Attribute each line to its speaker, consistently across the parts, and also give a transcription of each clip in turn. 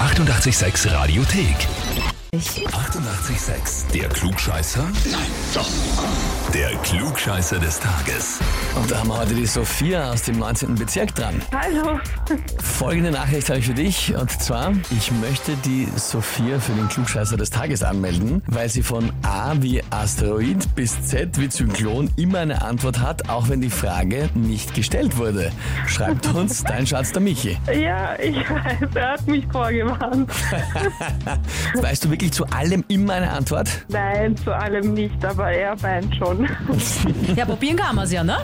Speaker 1: 886 Radiothek.
Speaker 2: Ich.
Speaker 1: 88,6. Der Klugscheißer? Nein, doch. Der Klugscheißer des Tages.
Speaker 3: Und da haben wir heute die Sophia aus dem 19. Bezirk dran.
Speaker 2: Hallo.
Speaker 3: Folgende Nachricht habe ich für dich. Und zwar, ich möchte die Sophia für den Klugscheißer des Tages anmelden, weil sie von A wie Asteroid bis Z wie Zyklon immer eine Antwort hat, auch wenn die Frage nicht gestellt wurde. Schreibt uns dein Schatz der Michi.
Speaker 2: Ja, ich weiß, er hat mich vorgewarnt.
Speaker 3: Weißt du wirklich zu allem immer eine Antwort?
Speaker 2: Nein, zu allem nicht, aber er meint schon.
Speaker 4: Ja, probieren kann man es ja, ne?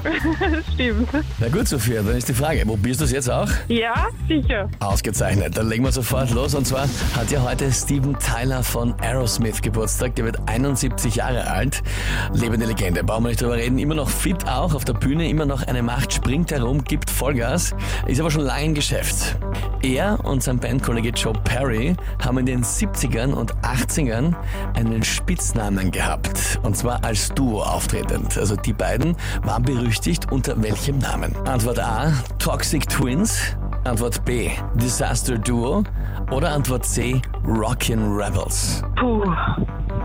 Speaker 2: Stimmt.
Speaker 3: Na gut, Sophia, dann ist die Frage, probierst du es jetzt auch?
Speaker 2: Ja, sicher.
Speaker 3: Ausgezeichnet. Dann legen wir sofort los. Und zwar hat ja heute Steven Tyler von Aerosmith Geburtstag. Der wird 71 Jahre alt. Lebende Legende. Brauchen wir nicht drüber reden. Immer noch fit auch. Auf der Bühne immer noch eine Macht. Springt herum, gibt Vollgas. Ist aber schon lange im Geschäft. Er und sein Bandkollege Joe Perry haben in den 70ern und 80ern einen Spitznamen gehabt. Und zwar als Duo auftretend. Also die beiden waren berüchtigt unter welchem Namen? Antwort A. Toxic Twins. Antwort B, Disaster Duo oder Antwort C, Rockin' Rebels.
Speaker 2: Puh,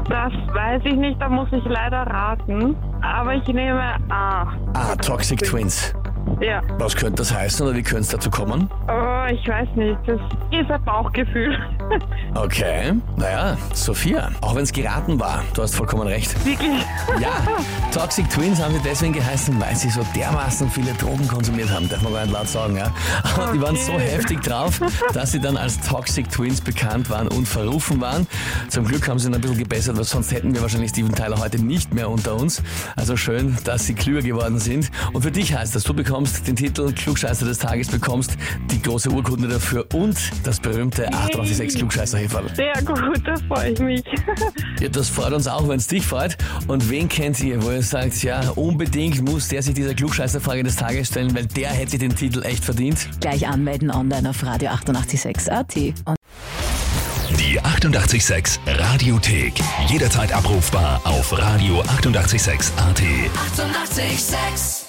Speaker 2: das weiß ich nicht, da muss ich leider raten. Aber ich nehme A.
Speaker 3: Ah, Toxic Twins.
Speaker 2: Ja,
Speaker 3: Was könnte das heißen oder wie könnte es dazu kommen?
Speaker 2: oh, ich weiß nicht, das ist ein Bauchgefühl.
Speaker 3: Okay, naja, Sophia, auch wenn es geraten war, du hast vollkommen recht.
Speaker 2: Wirklich.
Speaker 3: Ja, Toxic Twins haben sie deswegen geheißen, weil sie so dermaßen viele Drogen konsumiert haben, darf man gar nicht laut sagen, ja. Aber die waren so
Speaker 2: Okay.
Speaker 3: heftig drauf, dass sie dann als Toxic Twins bekannt waren und verrufen waren. Zum Glück haben sie ihn ein bisschen gebessert, weil sonst hätten wir wahrscheinlich Steven Tyler heute nicht mehr unter uns. Also schön, dass sie klüger geworden sind. Und für dich heißt das, du bekommst den Titel Klugscheißer des Tages, bekommst die große Urkunde dafür und das berühmte 886 klugscheißer -Heferl.
Speaker 2: Sehr gut, da freue ich mich.
Speaker 3: Ja, das freut uns auch, wenn es dich freut. Und wen kennt ihr, wo ihr sagt, ja, unbedingt muss der sich dieser Klugscheißerfrage des Tages stellen, weil der hätte den Titel echt verdient.
Speaker 4: Gleich anmelden online auf Radio 886 AT. Und
Speaker 1: Die 88,6 Radiothek. Jederzeit abrufbar auf radio886.at. 88,6.
Speaker 4: 886